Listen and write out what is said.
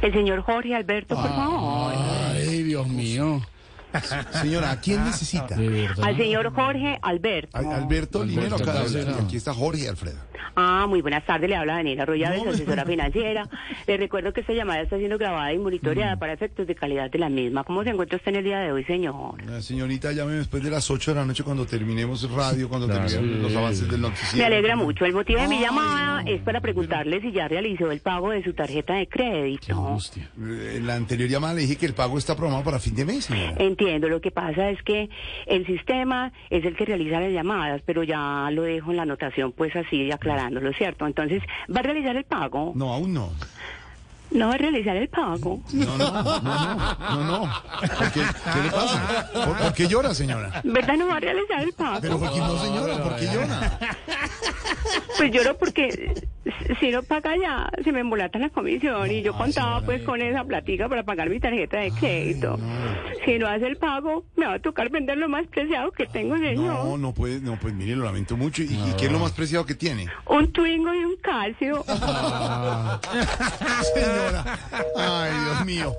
El señor Jorge Alberto, por favor. Ay, Dios mío. Señora, ¿a quién necesita? De verdad. Al señor Jorge Alberto. Al- Eh, Alberto Linero Alberto acá. Linero. Aquí está Jorge Alfredo. Ah, muy buenas tardes, le habla Daniela Arroyave, su asesora financiera. Le recuerdo que esta llamada está siendo grabada y monitoreada para efectos de calidad de la misma. ¿Cómo se encuentra usted en el día de hoy, señor? Eh, Señorita, llámeme después de las 8 de la noche cuando terminemos radio, cuando terminemos los avances del noticiero. Me alegra mucho. El motivo de mi llamada es para preguntarle si ya realizó el pago de su tarjeta de Qué crédito. angustia. Eh, En la anterior llamada le dije que el pago está programado para fin de mes, señora. Entiendo, lo que pasa es que el sistema es el que realiza las llamadas, pero ya lo dejo en la anotación, pues así aclarándolo, ¿cierto? Entonces, ¿va a realizar el pago? No, aún no. No va a realizar el pago. No, no, no, no, no, no. ¿Por qué, ¿Qué le pasa? ¿Por, por qué llora, señora? ¿Verdad? No va a realizar el pago. Pero ¿por qué no, señora? ¿Por qué llora? Pues lloro porque si no paga ya, se me embolata la comisión y yo contaba pues con eh. esa platica para pagar mi tarjeta de crédito. Si no hace el pago, me va a tocar vender lo más preciado que tengo, señor. No, no puede, no, pues mire, lo lamento mucho. ¿Y, y qué es lo más preciado que tiene? Un Twingo y un Casio. Señora. Ay, Dios mío.